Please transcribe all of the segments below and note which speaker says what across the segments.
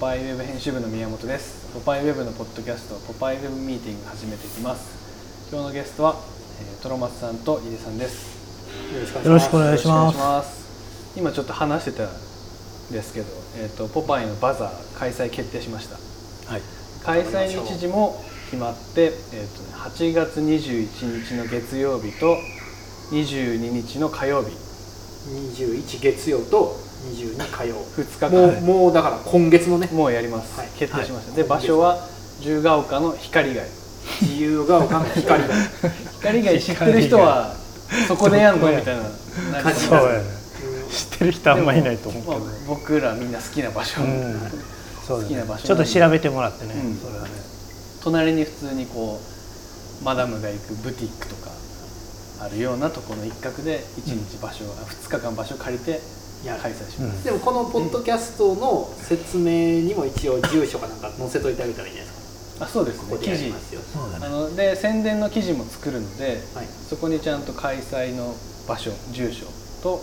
Speaker 1: パイウェブ編集部の宮本ですポパイウェブのポッドキャストポパイウェブミーティング始めていきます今日のゲストは、えー、トロマツさんと井出さんです
Speaker 2: よろしくお願いします
Speaker 1: よろくお願いします今ちょっと話してたんですけど、えー、とポパイのバザー開催決定しました
Speaker 2: はい、
Speaker 1: 開催日時も決まって、えーとね、8月21日の月曜日と22日の火曜日
Speaker 3: 21月曜と22火曜
Speaker 1: 2日間
Speaker 3: もう,、
Speaker 2: はい
Speaker 3: もうだから今月のね
Speaker 1: もうやります、
Speaker 3: はい
Speaker 1: 決定しました、
Speaker 3: はい
Speaker 1: で場所は十ヶ丘の光街
Speaker 3: 自由が丘の光が
Speaker 1: 光街知ってる人はそこでやんの
Speaker 2: そこや
Speaker 1: みたいななんか
Speaker 3: 感じ
Speaker 2: そうやね
Speaker 3: うん
Speaker 2: 知ってる人あんまいないと思うけ
Speaker 1: まあ
Speaker 2: ど、
Speaker 1: 僕らみんな好きな場所、
Speaker 2: うんそうだ
Speaker 1: 好きな場
Speaker 2: ね
Speaker 1: 所
Speaker 2: ちょっと調べてもらってね、
Speaker 1: うん
Speaker 2: それはね
Speaker 1: 隣に普通にこうマダムが行くブティックとかあるようなとこの一角で1日場所、あ2日間場所借りて
Speaker 3: や
Speaker 1: 開
Speaker 3: る
Speaker 1: 催します、
Speaker 3: でもこのポッドキャストの説明にも一応住所かなんか載せといてあげたらいいんじゃないですか
Speaker 1: あそうです
Speaker 3: こ
Speaker 1: ね
Speaker 3: こで
Speaker 1: 記
Speaker 3: やり
Speaker 1: 事
Speaker 3: ますよ
Speaker 2: そうだ
Speaker 1: あ
Speaker 2: ね
Speaker 1: ので宣伝の記事も作るので
Speaker 3: はい
Speaker 1: そこにちゃんと開催の場所住所と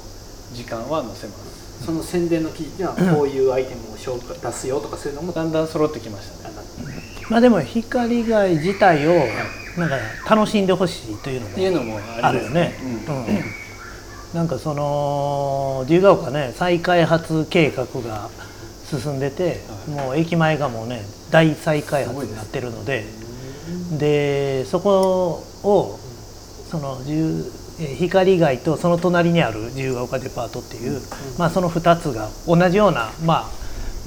Speaker 1: 時間は載せます
Speaker 3: その宣伝の記事にはこういうアイテムを紹介出すよとかそういうのも
Speaker 1: だんだん揃ってきました
Speaker 3: あ
Speaker 1: ね。
Speaker 3: の
Speaker 2: まあでも光害自体をなんか楽しんでほしいというの
Speaker 1: っていう
Speaker 2: も
Speaker 1: のも
Speaker 2: あ
Speaker 1: あり
Speaker 2: る
Speaker 1: ま
Speaker 2: よ
Speaker 1: す
Speaker 2: ね、
Speaker 1: う
Speaker 2: うんんなんかその自由が丘ね再開発計画が進んでて、
Speaker 1: はい
Speaker 2: もう駅前がもうね大再開発になってるのででそこをその自由えー光街とその隣にある自由が丘デパートっていう、まあ、その2つが同じような、まあ、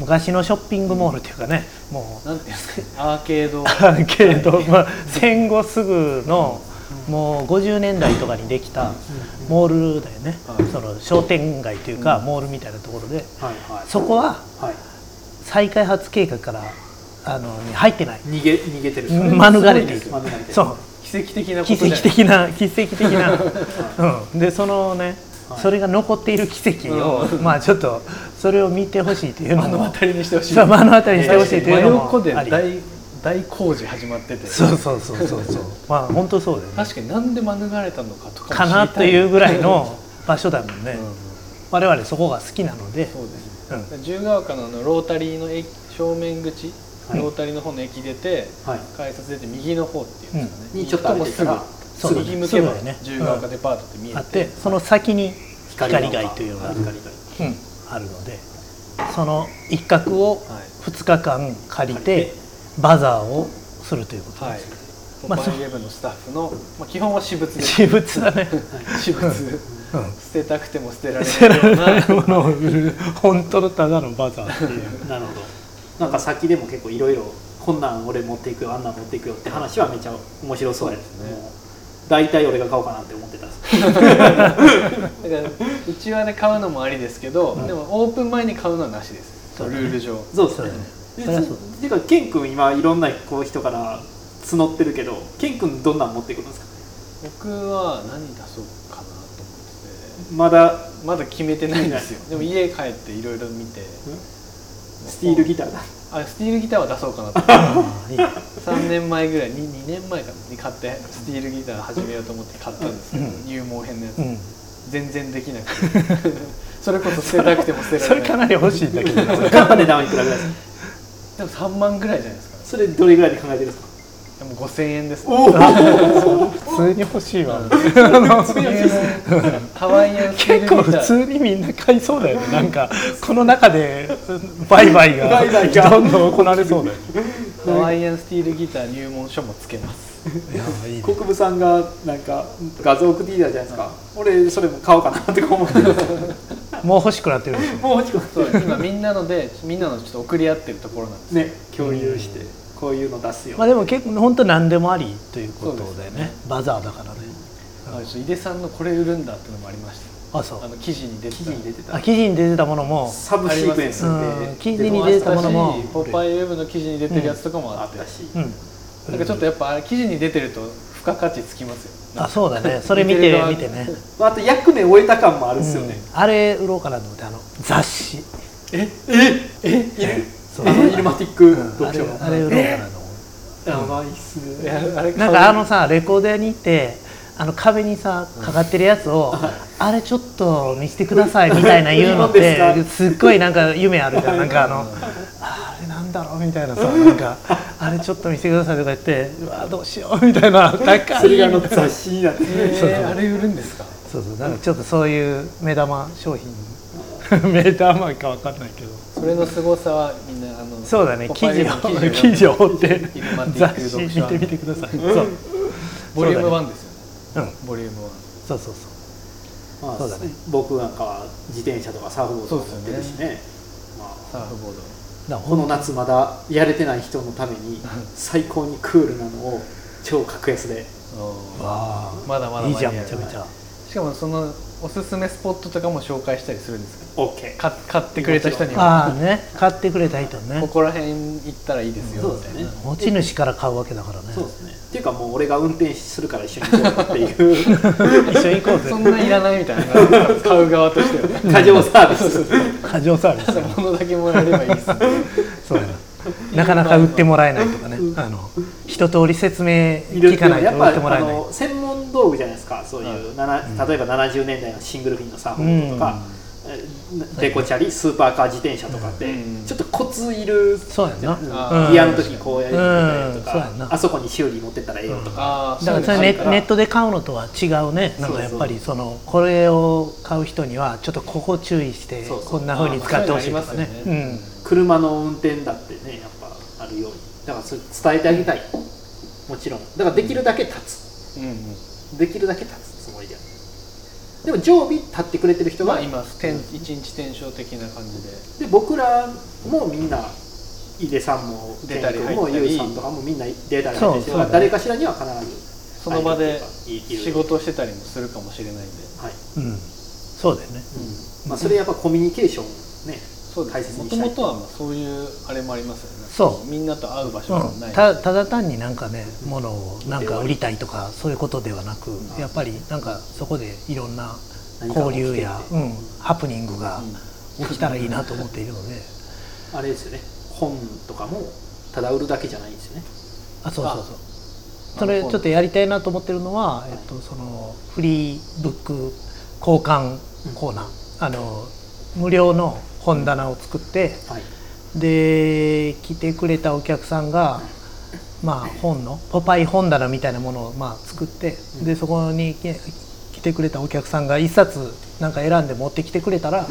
Speaker 2: 昔のショッピングモールっていうかね、もう
Speaker 1: なんていうんですか、アーケード。
Speaker 2: アーケード、まあ、戦後すぐの、もう50年代とかにできたモールだよね、
Speaker 1: はい
Speaker 2: その商店街というか、
Speaker 1: うん
Speaker 2: モールみたいなところで
Speaker 3: はいはい
Speaker 2: そこは
Speaker 3: はい
Speaker 2: 再開発計画からあのに入ってない
Speaker 3: 逃げ逃げてる
Speaker 2: うん免れている
Speaker 3: 免れてる
Speaker 2: そう
Speaker 1: 奇跡的なこと
Speaker 2: 奇
Speaker 1: じゃな
Speaker 2: 跡
Speaker 1: い。
Speaker 2: 的な奇跡的 な、うん、でそのね、
Speaker 3: はい
Speaker 2: それが残っている奇跡を、
Speaker 1: うん
Speaker 2: まあちょっとそれを見てほしいというの
Speaker 1: 目の
Speaker 2: も
Speaker 1: 当たりにしてほしい。
Speaker 2: そう目の当たりにしてほしいというの
Speaker 1: 真横
Speaker 2: も
Speaker 1: で
Speaker 2: あり
Speaker 1: 大大工事始まってて。
Speaker 2: そうそうそうそうそうまあ本当そうだよね
Speaker 1: 確かになんで免れたのかとかも知りたい。
Speaker 2: かなというぐらいの
Speaker 1: う
Speaker 2: 場所だもんね、
Speaker 1: ん。
Speaker 2: 我々そこが好きなので
Speaker 1: そうです。
Speaker 2: うん
Speaker 1: 十ヶ丘のあのロータリーの駅正面口、
Speaker 3: はい
Speaker 1: ロータリーの方の駅出て、
Speaker 3: はい
Speaker 1: 改札出て右の方っていうんですかね。
Speaker 3: にちょっと歩いてたら
Speaker 1: すぐ
Speaker 2: そうだね
Speaker 1: 右向けば
Speaker 2: すぐだよね
Speaker 1: 十ヶ丘デパートって見え
Speaker 2: あってて。その先に
Speaker 3: が丘
Speaker 2: 光街というのがある,、
Speaker 3: 光が
Speaker 2: うんあるのでその一角を
Speaker 1: はい
Speaker 2: 2日間
Speaker 1: 借り
Speaker 2: 借りてバザーをするということ
Speaker 1: はい
Speaker 2: です、。
Speaker 1: ポ
Speaker 2: まあ
Speaker 1: パイウェブのスタッフの、まあ、基本は私物です。
Speaker 2: 私物 だね、
Speaker 1: 私物。
Speaker 2: うん
Speaker 1: 捨てたくても捨てられ
Speaker 2: 捨て
Speaker 1: な
Speaker 2: ら
Speaker 1: いよ
Speaker 2: れ
Speaker 1: うな
Speaker 2: ないものを売る本当のただのバザーっていう
Speaker 3: なるほどなんか先でも結構いろいろこんなん俺持っていくよあんなん持っていくよって話はめちゃ面白そうやです
Speaker 1: そう
Speaker 3: ね
Speaker 1: ですね
Speaker 3: 大体俺が買おうかなって思ってたんです
Speaker 1: だからうちはね買うのもありですけど、
Speaker 2: ん
Speaker 1: でもオープン前に買うのはなしです、
Speaker 2: そう
Speaker 1: ル
Speaker 2: だね
Speaker 1: ール上
Speaker 3: そうですね
Speaker 2: そう
Speaker 3: で
Speaker 2: だねそりゃそう
Speaker 3: ていうかケン君今いろんなこう人から募ってるけどケン君どんなん持ってくるんですか
Speaker 1: 僕は何出そうかなと思って
Speaker 3: まだ
Speaker 1: てまだ決めてないんですよでも家帰っていろいろ見て
Speaker 3: スティールギターだ
Speaker 1: あスティールギターは出そうかなと 思っ
Speaker 2: ああいいね
Speaker 1: て3年前ぐらいに2年前かなに買ってスティールギター始めようと思って買ったんですけど、
Speaker 2: うん
Speaker 1: 入門編のやつ、
Speaker 2: うん
Speaker 1: 全然できなくてそれこそ捨てたくても捨てられな
Speaker 2: そ
Speaker 1: い
Speaker 2: れかなり欲しいんだけど
Speaker 3: それ買った値段はいくらぐらいですか
Speaker 1: でも3万ぐらいじゃないですかね
Speaker 3: それどれぐらいで考えてるんですか
Speaker 1: でも5000円ですね
Speaker 3: おお
Speaker 2: 普通に欲し いわ
Speaker 1: ハワイアンスティー
Speaker 2: 結
Speaker 1: ル
Speaker 2: 構
Speaker 1: ギタ
Speaker 2: 普
Speaker 1: ー
Speaker 2: 通にみんな買いそうだよねなんかこの中で売買が
Speaker 3: 売買が
Speaker 2: どんどん行われそうだよね
Speaker 1: ハワイアンスティールギター入門書もつけます。
Speaker 2: いやいい
Speaker 3: 国分さんがなんか画像送ってきたじゃないですか俺それも買おうかなとか思 ってます
Speaker 2: もう欲しくなってるでし
Speaker 3: もう欲しくなっ
Speaker 1: そう今みんなのでみんなのちょっと送り合ってるところなんです。
Speaker 3: ね共有してこういうの出すよ、
Speaker 2: ょまあでも結構本当何でもありということ
Speaker 1: そう
Speaker 2: だ
Speaker 1: で
Speaker 2: よ
Speaker 1: す
Speaker 2: ねバザーだからね
Speaker 1: あちょっと井出さんのこれ売るんだってのもありまし
Speaker 2: あそ
Speaker 1: た。あ
Speaker 2: う
Speaker 1: の記事に出てた。
Speaker 3: 記事に出てた
Speaker 2: あ記事に出てたものも
Speaker 3: サブシークエンス
Speaker 2: うん記
Speaker 3: で
Speaker 2: 事に
Speaker 1: 出
Speaker 2: 出
Speaker 1: て
Speaker 2: て
Speaker 1: たも
Speaker 2: たも
Speaker 1: の
Speaker 2: の
Speaker 1: も
Speaker 2: も
Speaker 1: あったし。ポパイウェブの記事に出てるやつとかもあ
Speaker 3: あ
Speaker 1: っ。
Speaker 3: ってたし、
Speaker 2: うん
Speaker 1: なんかちょっとやっぱ記事に出てると付加価値つきますよ。
Speaker 2: あそうだねそれ見
Speaker 1: 見てる
Speaker 2: て
Speaker 1: 側
Speaker 2: 見てね
Speaker 3: あと役目終えた感もあるっすよね、
Speaker 2: うんあれ売ろうかなと思ってあの雑誌
Speaker 3: えいる
Speaker 2: そう
Speaker 3: あのイルマティック読
Speaker 2: あれ
Speaker 3: 書の
Speaker 2: あれ売ろうかなと思って
Speaker 3: やばいっす
Speaker 1: い
Speaker 3: ね
Speaker 1: やあれ買う
Speaker 2: なんかあのさレコード屋に行ってあの壁にさかかってるやつを、あれちょっと見せてくださいみたいな言う
Speaker 3: いいも
Speaker 2: のっ
Speaker 3: ん
Speaker 2: て
Speaker 3: です
Speaker 2: すっごいなんか夢あるじゃんなんかあのあれなみたいなさなんかあれちょっと見せてくださいとか言ってうわどうしようみたいな高
Speaker 3: それ
Speaker 2: い
Speaker 3: があの雑誌になって
Speaker 1: え
Speaker 2: そうそう
Speaker 1: ー、あれ売るんですか
Speaker 2: そうそうなんかちょっとそういう目玉商品 目玉かわかんないけど
Speaker 1: それの凄さはみんなあの
Speaker 2: そうだね
Speaker 1: ポ
Speaker 2: 記
Speaker 1: パ
Speaker 2: 事
Speaker 1: イ
Speaker 2: を
Speaker 1: の
Speaker 2: 記事を追 って
Speaker 1: 引っ張っていく
Speaker 2: 雑誌見て
Speaker 1: 読
Speaker 2: み
Speaker 1: 書
Speaker 2: てくださいそう
Speaker 1: ボリューム
Speaker 2: そ
Speaker 1: 1です
Speaker 2: うだねう
Speaker 1: よ
Speaker 2: ん
Speaker 1: ねボリューム1
Speaker 2: そうそうそう
Speaker 3: まあ
Speaker 2: そうだね
Speaker 3: 僕なんかは自転車とかサーフボードとか持ってるし
Speaker 1: そう
Speaker 3: ねまあ、
Speaker 1: サーフボード
Speaker 2: だから
Speaker 3: こ
Speaker 2: ほん
Speaker 3: の夏まだやれてない人のために最高にクールなのを超格安で
Speaker 2: わ
Speaker 1: まだまだ
Speaker 2: いいじゃん
Speaker 1: 間
Speaker 2: め
Speaker 1: に合
Speaker 2: ちゃ
Speaker 1: う
Speaker 2: めちゃ
Speaker 1: しかもそのおすすめスポットとかも紹介したりするんです
Speaker 3: OK
Speaker 1: かか買ってくれた人には
Speaker 2: ああね買ってくれた人
Speaker 1: こ
Speaker 2: ね
Speaker 1: こら辺行ったらいいですよ
Speaker 3: そう
Speaker 1: み
Speaker 3: で
Speaker 1: た
Speaker 3: す
Speaker 1: い
Speaker 3: ね
Speaker 1: な
Speaker 2: 持ち主から買うわけだからね
Speaker 3: そうですねっていうかもう俺が運転するから一緒に行こうっていう
Speaker 2: 一緒に行こう
Speaker 1: そ
Speaker 2: ぜ
Speaker 1: んないらないみたいな買う側として は
Speaker 3: 過剰サービス
Speaker 2: 過剰サービス
Speaker 1: 物だけもらえればいいですね
Speaker 2: そうだななかなか売ってもらえないとかねあの一通り説明聞かないと
Speaker 3: やっ
Speaker 2: 売っても
Speaker 3: ぱ
Speaker 2: ら
Speaker 3: あ
Speaker 2: えない
Speaker 3: の専門道具じゃないですかそういう、なな例えば70年代のシングルフィンのサーフボードとか、えデコチャリスーパーカー自転車とかって、
Speaker 1: うん
Speaker 3: ちょっとコツいる
Speaker 2: そうやんな
Speaker 1: あー
Speaker 3: ギアの時こうやりたいと
Speaker 2: うん
Speaker 3: か
Speaker 2: そう、やな
Speaker 3: あそこに修理持ってったらええよとか、
Speaker 1: ああ
Speaker 2: だからそれ
Speaker 1: うい
Speaker 2: ネ
Speaker 1: うのある
Speaker 2: ネットで買うのとは違うねなんかやっぱりそのこれを買う人にはちょっとここ注意して
Speaker 3: そうそう
Speaker 2: こんな風に使ってほしいとか
Speaker 1: あーまあ
Speaker 2: ねう
Speaker 1: そういうのあり
Speaker 2: ん
Speaker 1: ます
Speaker 3: 車の運転だってねやっぱあるようにだからそれ伝えてあげたいもちろんだからできるだけ立つ
Speaker 1: うんうん
Speaker 3: できるだけ立つつもりででも常備立ってくれてる人
Speaker 1: ま
Speaker 3: が
Speaker 1: あ今転一日転生的な感じで
Speaker 3: で僕らもみんな井出さんも
Speaker 1: 出たり
Speaker 3: 健君も
Speaker 1: 入った
Speaker 3: ゆ
Speaker 1: り
Speaker 3: いさんとかもみんな出たり
Speaker 2: そう
Speaker 3: 入ったりしてるから
Speaker 2: そうだね
Speaker 3: 誰かしらには必ず
Speaker 1: その場で仕
Speaker 3: 仕
Speaker 1: 事をしてたりもするかもしれないんで
Speaker 3: はい、
Speaker 2: うんそうだよね
Speaker 3: まあ、それやっぱコミュニケーションね
Speaker 1: そう
Speaker 3: 大
Speaker 1: です
Speaker 3: 切
Speaker 1: も
Speaker 3: にし
Speaker 1: と
Speaker 3: たい
Speaker 1: もとはまあそういうあれもありますよね
Speaker 2: そう
Speaker 1: みんなと会う場所が
Speaker 2: う、
Speaker 1: なんい
Speaker 2: たただ単になんかね物をなんか売りたいとかそういうことではなく
Speaker 3: ん
Speaker 2: やっぱりなんかそこでいろんな
Speaker 3: 何かが
Speaker 2: 交
Speaker 3: 起きてて
Speaker 2: 流や、うん、ハプニングが
Speaker 1: うん
Speaker 2: 起きたらいいなと思っているので
Speaker 3: あれですよね本とかもただ売るだけじゃないんですよね
Speaker 2: あそうそうそうそ
Speaker 1: な
Speaker 2: れ
Speaker 1: る
Speaker 2: ち
Speaker 1: ほ
Speaker 2: ょ
Speaker 1: ど
Speaker 2: っとやりたいなと思ってるのは、えっと、そのフリーブック交換コーナー、あの無料の本棚を作って、
Speaker 3: はい
Speaker 2: で来てくれたお客さんが、まあ、本のポパイ本棚みたいなものをまあ作ってでそこにけ来てくれたお客さんが1冊なんか選んで持ってきてくれたら、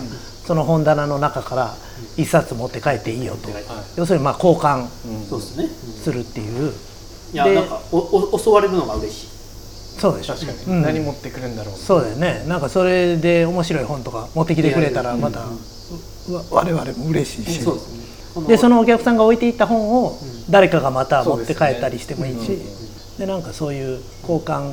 Speaker 2: その本棚の中から1冊持って帰っていいよと、
Speaker 3: はい
Speaker 1: はい
Speaker 2: 要するにまあ交換
Speaker 1: うん
Speaker 3: そうですね、
Speaker 2: するっていう
Speaker 3: いや
Speaker 2: で
Speaker 3: なんかおお襲われるのが嬉しい
Speaker 2: そうでしょ
Speaker 1: 確かに、
Speaker 2: うん
Speaker 1: 何持ってくるんだろう
Speaker 2: そうだよねなんかそれで面白い本とか持ってきてくれたら
Speaker 3: いやい
Speaker 2: ま
Speaker 3: や
Speaker 2: たうわ我々も嬉しいし
Speaker 3: そうですねこ
Speaker 2: でそのお客さんが置いていった本を誰かがまた持って帰ったりしてもいい
Speaker 1: そう
Speaker 2: し
Speaker 1: ですね
Speaker 2: でなんかそういう交換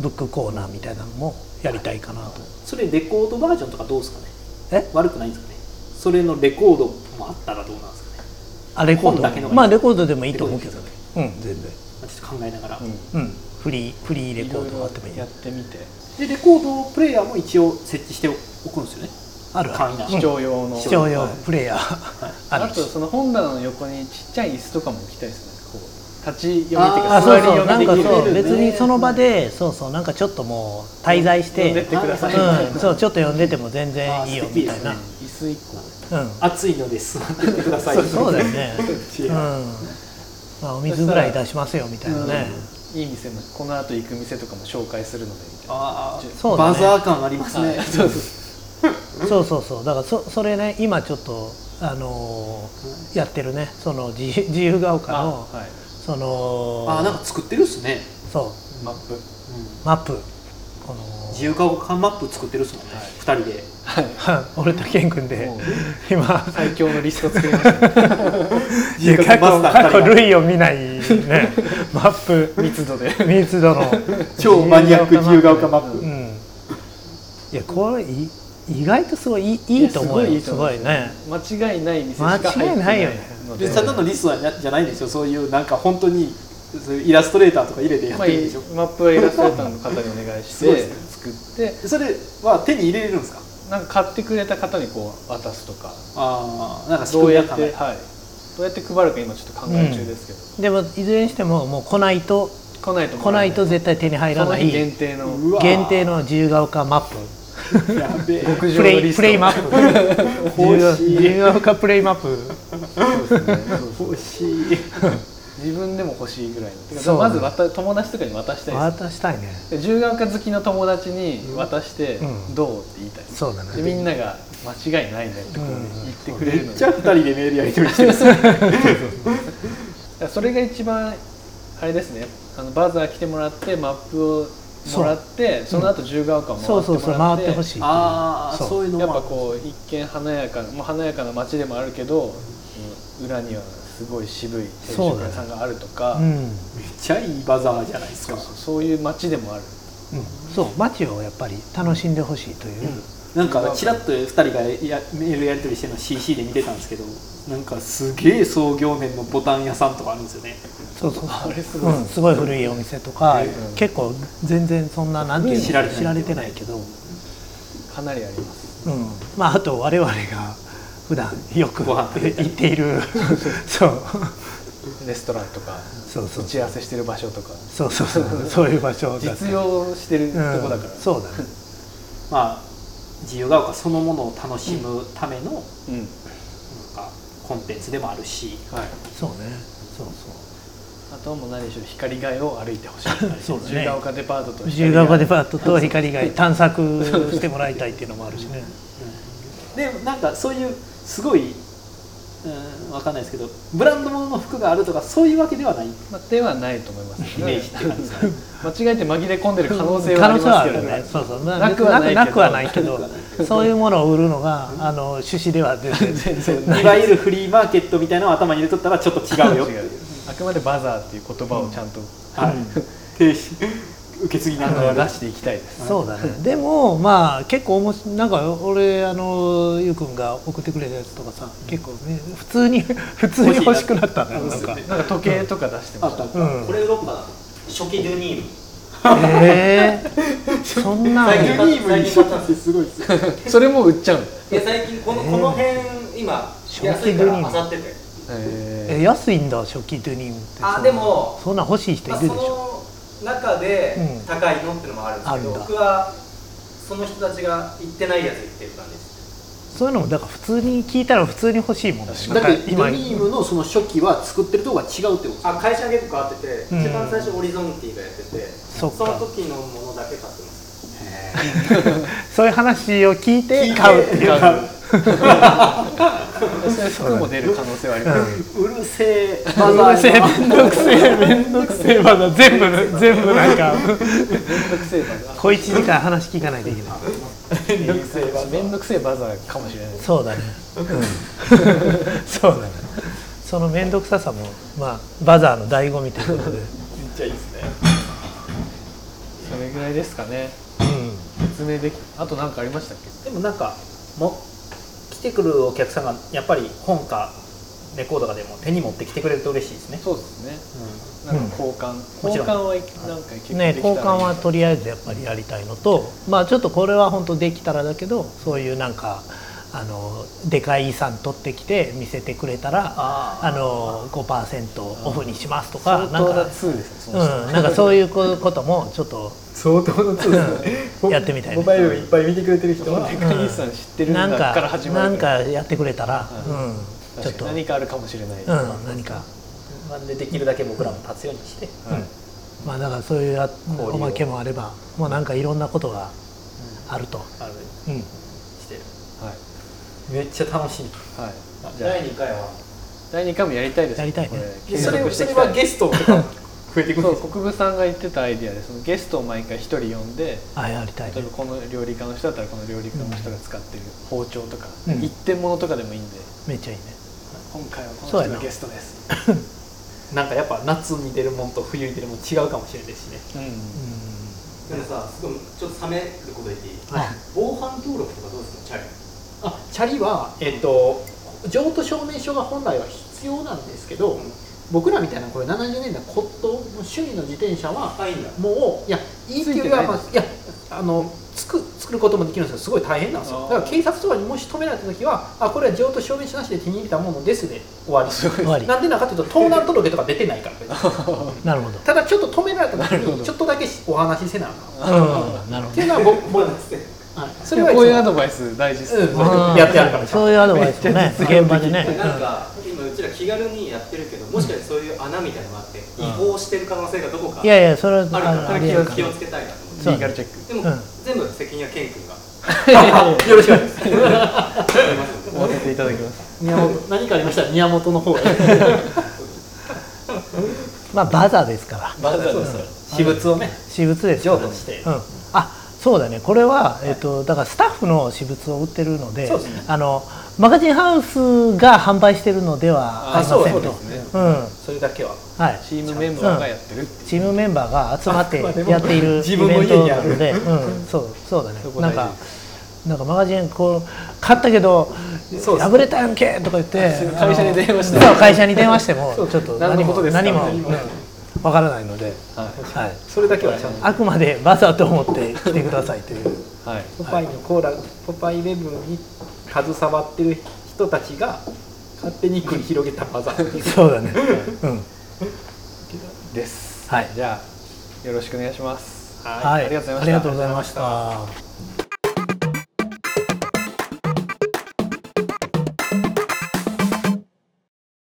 Speaker 2: ブックコーナーみたいなのもやりたいかなと
Speaker 3: それレコードバージョンとかどうですかね
Speaker 2: え
Speaker 3: 悪くないんですかねそれのレコードもあったらどうなんですかね
Speaker 2: あレコー
Speaker 3: 本だけの
Speaker 2: ドまあレコードでもいいと思うけど
Speaker 3: レコ
Speaker 2: うん全然
Speaker 3: まあちょっと考えながら、
Speaker 1: うん
Speaker 2: うんフリーフリーレ
Speaker 1: い
Speaker 2: コ
Speaker 1: ろ
Speaker 2: ー
Speaker 1: い
Speaker 2: ドがあってもいい
Speaker 1: ろやってみて
Speaker 3: でレコードプレイヤーも一応設置しておくんですよね
Speaker 2: あるあ
Speaker 3: 簡易な
Speaker 1: 視聴用の、
Speaker 2: る視聴用プレイヤーあ
Speaker 1: あ
Speaker 2: る
Speaker 1: と
Speaker 2: し
Speaker 1: その本棚の横にちっちゃい椅子とかも置きたいですねこう立ち読みっていう
Speaker 3: あ
Speaker 1: か
Speaker 2: あ
Speaker 3: ー
Speaker 2: そ
Speaker 1: 座
Speaker 2: う
Speaker 1: り
Speaker 2: そうな
Speaker 1: 読
Speaker 2: ん
Speaker 1: み
Speaker 2: か
Speaker 1: でき
Speaker 2: そう
Speaker 1: る
Speaker 2: 別にその場でそうそうなんかちょっともう滞在し
Speaker 1: 読んでっててください、
Speaker 2: うんそうちょっと読んでても全然いいよみたいな
Speaker 3: あ
Speaker 2: う
Speaker 3: ー
Speaker 1: 椅子一個
Speaker 2: ん
Speaker 3: 暑いので座っててください
Speaker 2: そうだよ ねうん
Speaker 3: うん
Speaker 2: まあお水ぐらい出しますよみたいなね
Speaker 1: いい店もこの後行く店とかも紹介するのでみたいな
Speaker 3: あー
Speaker 2: そうだ
Speaker 3: バ
Speaker 2: ね
Speaker 3: ザー感ありますね、
Speaker 1: はいそうそう
Speaker 2: そうそうそうだからそそれね今ちょっとあのーやってるねその自由自由が丘
Speaker 1: あ
Speaker 2: の
Speaker 1: はい
Speaker 2: その
Speaker 3: あーなんか作ってるっすね、
Speaker 2: そう
Speaker 1: マップ
Speaker 2: マップこの
Speaker 3: 自由化丘マップ作ってるっすもんね、
Speaker 1: はい
Speaker 3: 二2人で
Speaker 1: はい
Speaker 2: 俺と健君で
Speaker 1: もう
Speaker 2: 今
Speaker 1: 最強のリスト作りましたね
Speaker 3: 自由化丘
Speaker 2: いや過去
Speaker 3: マスター
Speaker 2: 過去
Speaker 3: 2人が
Speaker 2: 類を見ない ねマップ
Speaker 1: 密度で
Speaker 2: 密度の
Speaker 3: 超マニアック自由が丘マッ
Speaker 1: う
Speaker 3: プ、
Speaker 2: うんいやこれい意外とすごいいいいいと思う
Speaker 1: い
Speaker 2: よ
Speaker 1: や
Speaker 2: す
Speaker 1: すご
Speaker 2: ご
Speaker 1: い
Speaker 2: いね
Speaker 1: 間違いない店しか入って
Speaker 2: 間違いないよね
Speaker 1: ので
Speaker 3: でただのリスナーじゃないんですよそういうなんか本当にそういうイラストレーターとか入れてやっ
Speaker 1: まあ
Speaker 3: てるんでしょ、
Speaker 1: マップはイラストレーターの方にお願いし
Speaker 3: そうで
Speaker 1: て
Speaker 3: すね
Speaker 1: 作って
Speaker 3: それは手に入れれるんですか
Speaker 1: なんか買ってくれた方にこう渡すとか
Speaker 3: ああなんか仕
Speaker 1: ど
Speaker 3: 組
Speaker 1: うや
Speaker 3: みが
Speaker 1: って
Speaker 3: 考
Speaker 1: はい
Speaker 3: え
Speaker 1: どうやって配るか今ちょっと考え中ですけど、
Speaker 2: でもいずれにしてももう来ないと
Speaker 1: 来ないと思う
Speaker 2: 来ないと絶対手に入ら
Speaker 1: その
Speaker 2: な
Speaker 1: 日
Speaker 2: い
Speaker 1: 限定の
Speaker 3: うわ
Speaker 2: 限定の自由が丘マップ
Speaker 3: やべえ
Speaker 1: 牧
Speaker 2: プ
Speaker 1: 場の
Speaker 2: レ
Speaker 1: リ
Speaker 2: イ
Speaker 1: スト
Speaker 2: プレイマップ
Speaker 3: 欲しい
Speaker 2: 自由が丘プレイマップ
Speaker 1: そうですねそうそう
Speaker 3: 欲しい
Speaker 1: 自分でも欲しいぐらいのてか
Speaker 2: そう
Speaker 1: まずわた友達とかに渡したいです
Speaker 2: 渡したいね
Speaker 1: で十眼丘好きの友達に渡して
Speaker 2: う
Speaker 1: 「
Speaker 2: ん
Speaker 1: どう?」って言いたいです、
Speaker 2: そうだね
Speaker 1: でみんなが「間違いないね」ってこう言ってくれ
Speaker 3: め
Speaker 1: る
Speaker 3: っ
Speaker 1: の
Speaker 3: ち
Speaker 1: で、
Speaker 3: ゃ二人でメールやり取りしてる
Speaker 1: それが一番あれですねあのバザー来てもらってマップをもらってその後十眼丘を回ってもら
Speaker 2: そう
Speaker 1: って
Speaker 2: そうそう回ってほしいっていう
Speaker 3: ああそういうのも
Speaker 1: やっぱこう一見華やかな、まあ、華やかな街でもあるけど、うん裏にはすごい渋い定食屋さんがあるとか
Speaker 2: う
Speaker 1: そう,、
Speaker 2: ん、うん、
Speaker 3: めっちゃいいバザーじゃないです
Speaker 1: そ
Speaker 3: か
Speaker 1: うそういう街でもある
Speaker 2: そう街をやっぱり楽しんでほしいという、
Speaker 3: なんかちらっと2人がやメールやり取りしてるの CC で見てたんですけどなんかすげえ創業面のボタン屋さんとかあるんですよね
Speaker 2: そうそう
Speaker 1: あれすごい、
Speaker 2: うん、すごい古いお店とか、
Speaker 1: うん
Speaker 2: 結構全然そんななんていうの
Speaker 3: 知られてない
Speaker 2: てないけど、うん、
Speaker 1: かなりあります
Speaker 2: まああと我々が普段よく
Speaker 3: ご
Speaker 2: 行
Speaker 3: 飯食べたり
Speaker 2: って いるそう
Speaker 1: レストランとか
Speaker 2: そうそう
Speaker 1: 打ち合わせしてる場所とか
Speaker 2: そうそうそうそういう場所だった
Speaker 1: 実用してると
Speaker 2: うん
Speaker 1: こだから、
Speaker 2: そうだね
Speaker 3: まあ自由が丘そのものを楽しむためのな
Speaker 1: う
Speaker 3: ん
Speaker 1: ん
Speaker 3: かコンテンツでもあるし
Speaker 1: はい
Speaker 2: そうねそうそ
Speaker 1: あとはもう何でしょう光街を歩いてほしい
Speaker 2: そうだね
Speaker 1: 十ヶ丘デパートと光
Speaker 2: う
Speaker 1: 街
Speaker 2: 自由が丘デパートと光が探索してもらいたいっていうのもあるしね
Speaker 3: でなんかそういうすごいうんわかんないですけどブランド物のの服があるとかそういうわけではないイ
Speaker 1: まあではないと思い ます
Speaker 3: メージって感じですかね
Speaker 1: 間違えて紛れ込んでる可能性はあ
Speaker 2: 可能
Speaker 1: り
Speaker 2: 性は
Speaker 1: ま
Speaker 2: あ
Speaker 1: すけ
Speaker 2: る
Speaker 1: ど
Speaker 2: ね
Speaker 1: ね
Speaker 2: そうそうな
Speaker 1: なくはないけど
Speaker 2: なくはないけどそういうものを売るのがあの趣旨では全然
Speaker 1: 全然
Speaker 3: いわゆるフリーマーケットみたいなのを頭に入れとったらちょっと違うよっていう
Speaker 1: 違うあくまでバザーっていう言葉をちゃんと、
Speaker 3: はい停止受け継ぎな
Speaker 1: あ
Speaker 3: が
Speaker 1: の
Speaker 3: ら
Speaker 1: 出していきたいです。
Speaker 2: そうだね、でもまあ結構おもしなんか俺あのゆうくんが送ってくれたやつとかさ結構ね普通に 普通に欲しくなったんだよなんか
Speaker 1: なんか時計とか出して
Speaker 3: あ
Speaker 1: ま
Speaker 3: っ
Speaker 1: した
Speaker 3: あ
Speaker 1: た。
Speaker 3: った、
Speaker 2: うん
Speaker 4: これ動くかな初期ドゥニーム
Speaker 2: えー、 そんな
Speaker 3: 最近
Speaker 2: ん
Speaker 3: ニームにしったってすごいですよ
Speaker 1: それも売っちゃうの。
Speaker 4: いや最近この,、この辺今安いからあさってて
Speaker 1: え
Speaker 2: え安いんだ初期ドゥニームって
Speaker 4: あでも、
Speaker 2: そんなん欲しい人い
Speaker 4: まあ、
Speaker 2: るでし
Speaker 4: そ
Speaker 2: ょ、
Speaker 4: の中で
Speaker 2: うん
Speaker 4: 高いのってのもあるんですけど、
Speaker 2: あるんだ
Speaker 4: 僕はその人たちが行ってないやつ行ってる感じです
Speaker 2: そういうのもだから普通に聞いたら普通に欲しいもんね
Speaker 3: だ
Speaker 2: なん
Speaker 3: っ
Speaker 2: か
Speaker 3: てドニームのその初期は作ってるとこが違うってこと
Speaker 4: あ会社が結構変わってて、
Speaker 2: うん
Speaker 4: 一番最初オリゾンティがやってて
Speaker 2: そっか
Speaker 4: の時のものだけ買ってます
Speaker 2: そういう話を聞いて買うっていう、
Speaker 1: えそれ服も出る可能性はあります。
Speaker 3: うるせえ
Speaker 2: うるせえめんどくせ えめんどくせえまだ全部全部なんか
Speaker 1: めんどくせえバザ
Speaker 2: 小1時間話聞かないといけない
Speaker 1: ー。めんどくせえバザー。めんどくせえバザーかもしれない。
Speaker 2: そうだね、そうだねその面倒くささも、まあ、バザーの醍醐味ということで、
Speaker 3: めっちゃいいですね
Speaker 1: それぐらいですかね。説明でき。あとなんかありましたっけ？
Speaker 3: でもなんかも来てくるお客さんがやっぱり本かレコードかでも手に持ってきてくれると嬉しいですね、
Speaker 1: そうですね。
Speaker 3: う
Speaker 1: なんか交換。
Speaker 3: うん
Speaker 1: 交換はなんか結
Speaker 2: う
Speaker 1: 構
Speaker 2: んね、
Speaker 1: できたらい
Speaker 2: 交
Speaker 1: い
Speaker 2: 換はとりあえずやっぱりやりたいのと、まあ、ちょっとこれは本当できたらだけどそういうなんかあのでかい遺産取ってきて見せてくれたら
Speaker 3: あ
Speaker 2: あの5%オフにしますとか
Speaker 1: 相
Speaker 2: なん
Speaker 1: 当な
Speaker 2: か,、
Speaker 1: ツーです
Speaker 2: うん、
Speaker 1: ね。その人
Speaker 2: なんかそういうここともちょっと
Speaker 3: 相当のツール です
Speaker 2: うんやってみたいね
Speaker 3: モバイルいっぱい見てくれてる人は
Speaker 1: でかいさん知ってるん
Speaker 2: なん
Speaker 1: だから
Speaker 2: か
Speaker 1: 始ま
Speaker 2: な
Speaker 1: る
Speaker 2: ん
Speaker 1: から。
Speaker 2: かやってくれたら、うん
Speaker 1: 確
Speaker 2: ち
Speaker 1: か
Speaker 2: ょっ
Speaker 1: に
Speaker 2: と、
Speaker 1: 何か
Speaker 2: うん、
Speaker 1: あるかもしれない。
Speaker 2: 何か。
Speaker 3: なんでできるだけ僕らも立つようにして
Speaker 1: はい
Speaker 2: まあだからそういうあ
Speaker 3: 流を
Speaker 2: おまけもあればもうなんかいろんなことがあると、
Speaker 3: ある
Speaker 2: うん
Speaker 3: してる
Speaker 1: はい
Speaker 3: めっちゃ楽しみ
Speaker 1: はい。じゃあ
Speaker 4: 第2回は
Speaker 1: 第二回もやりたいです。
Speaker 2: やりたいね
Speaker 1: こ
Speaker 3: で
Speaker 1: れ
Speaker 3: そ
Speaker 1: 継
Speaker 3: れ
Speaker 1: 続してい
Speaker 3: それ
Speaker 1: きたい
Speaker 3: はゲストとか増えてくる
Speaker 1: そう
Speaker 3: んですか
Speaker 1: 国分さんが言ってたアイディアでそのゲストを毎回一人呼んで
Speaker 2: あやりたい
Speaker 1: 例
Speaker 2: ね
Speaker 1: えばこの料理家の人だったらこの料理家の人が使ってる包丁とか、
Speaker 2: うん
Speaker 1: 一点物とかでもいいんで
Speaker 2: めっちゃいいね
Speaker 1: 今回はこ
Speaker 2: そう
Speaker 1: の人
Speaker 2: やな
Speaker 1: がゲストです
Speaker 3: なんかやっぱ夏に出るもんと冬に出るもん違うかもしれないですしね
Speaker 1: うん
Speaker 2: う
Speaker 4: でもさすごいちょっと冷めること言っていい
Speaker 2: んあ
Speaker 4: 防犯登録とかどうですかチャリ
Speaker 3: あチャリは、えっと譲渡証明書が本来は必要なんですけど、僕らみたいなこれ70年代骨董の趣味の自転車は
Speaker 4: あいいんだ
Speaker 3: もういやいいっていうよりは、まあ、いやあの作作ることもできるんですけどすごい大変なんですよ
Speaker 1: あー
Speaker 3: だから警察とかにもし止められた時はあこれは譲渡証明書なしで手に入れたものですで終わ
Speaker 1: すごい
Speaker 2: 終
Speaker 3: り
Speaker 2: わ り
Speaker 3: なんでなのかというと盗難届とか出てないから
Speaker 2: なるほど
Speaker 3: ただちょっと止められた時
Speaker 1: なるほど
Speaker 3: にちょっとだけお話しせなあかん
Speaker 2: うんなるほ
Speaker 3: って
Speaker 2: ど
Speaker 3: いうのは僕
Speaker 4: ま
Speaker 3: 僕
Speaker 4: だですね
Speaker 3: はい、そ
Speaker 1: そ
Speaker 3: れ
Speaker 1: れは
Speaker 3: は
Speaker 1: いこ
Speaker 3: つ
Speaker 1: う
Speaker 3: も
Speaker 1: いうアドバイス大事ですね、
Speaker 3: うん
Speaker 2: うん
Speaker 3: やってやるから
Speaker 2: そういうアドバイスもね
Speaker 1: めっちゃ実用的
Speaker 2: 現場でね、
Speaker 4: なんか今うちら気軽にやってるけどもしかしてそういう穴みたいなのがあって違法してる可能性がどこか
Speaker 2: う
Speaker 4: あ
Speaker 2: んい
Speaker 4: る
Speaker 2: やいやそれは
Speaker 4: か
Speaker 2: あ
Speaker 4: ら
Speaker 2: あり
Speaker 4: 気
Speaker 2: える
Speaker 4: を
Speaker 2: か
Speaker 4: 気をつけたいなと思って
Speaker 1: リーガルチェック
Speaker 4: でも
Speaker 2: うん
Speaker 4: 全部責任はケン君 が
Speaker 3: よろしくお願いします
Speaker 1: 終わらせていただきます
Speaker 3: 宮本何かありましたら宮本の方へ
Speaker 2: まあバザーですから
Speaker 3: まだそう私物をね
Speaker 2: 私物ですから
Speaker 3: 譲渡して
Speaker 2: うん、あそうだねこれは、えっとだからスタッフの私物を売ってるので
Speaker 3: そうですね
Speaker 2: あのマガジンハウスが販売してるのではあ
Speaker 3: あ
Speaker 2: りま
Speaker 3: そう
Speaker 2: せん
Speaker 3: そう
Speaker 2: と
Speaker 3: で。すね
Speaker 2: うんは、
Speaker 3: それだけはい
Speaker 1: チームメンバーがやってるっていう
Speaker 2: チームメンバーが集まって
Speaker 3: あくまでも
Speaker 2: やっているイ
Speaker 3: 自分の
Speaker 2: ベ
Speaker 3: 家
Speaker 2: ント
Speaker 3: にあ
Speaker 2: な
Speaker 3: る
Speaker 2: ので、うん、そうそうだね
Speaker 1: そこ
Speaker 2: な
Speaker 1: 大
Speaker 2: ん
Speaker 1: 事
Speaker 2: かなんかマガジンこう買ったけど
Speaker 3: そう
Speaker 2: 破れたやんけとか言って
Speaker 1: 会社に電話して
Speaker 2: あのそう会社に電話してもちょっと
Speaker 1: 何
Speaker 2: 何
Speaker 1: の
Speaker 2: も
Speaker 1: ことですか
Speaker 2: 何も
Speaker 1: 何も
Speaker 2: うんわからないので、
Speaker 1: は
Speaker 2: はい、
Speaker 3: それだけはちゃんと
Speaker 2: あくまでバザーと思って来てくださいという
Speaker 1: い、はい、
Speaker 3: ポパイのコーラ、ポパイウェブに携わってる人たちが勝手に繰り広げた技
Speaker 2: そうだねうん
Speaker 1: です
Speaker 2: はい
Speaker 1: じゃあよろしくお願いします
Speaker 3: は
Speaker 2: はい
Speaker 1: ありがとうございました
Speaker 2: ありがとうございました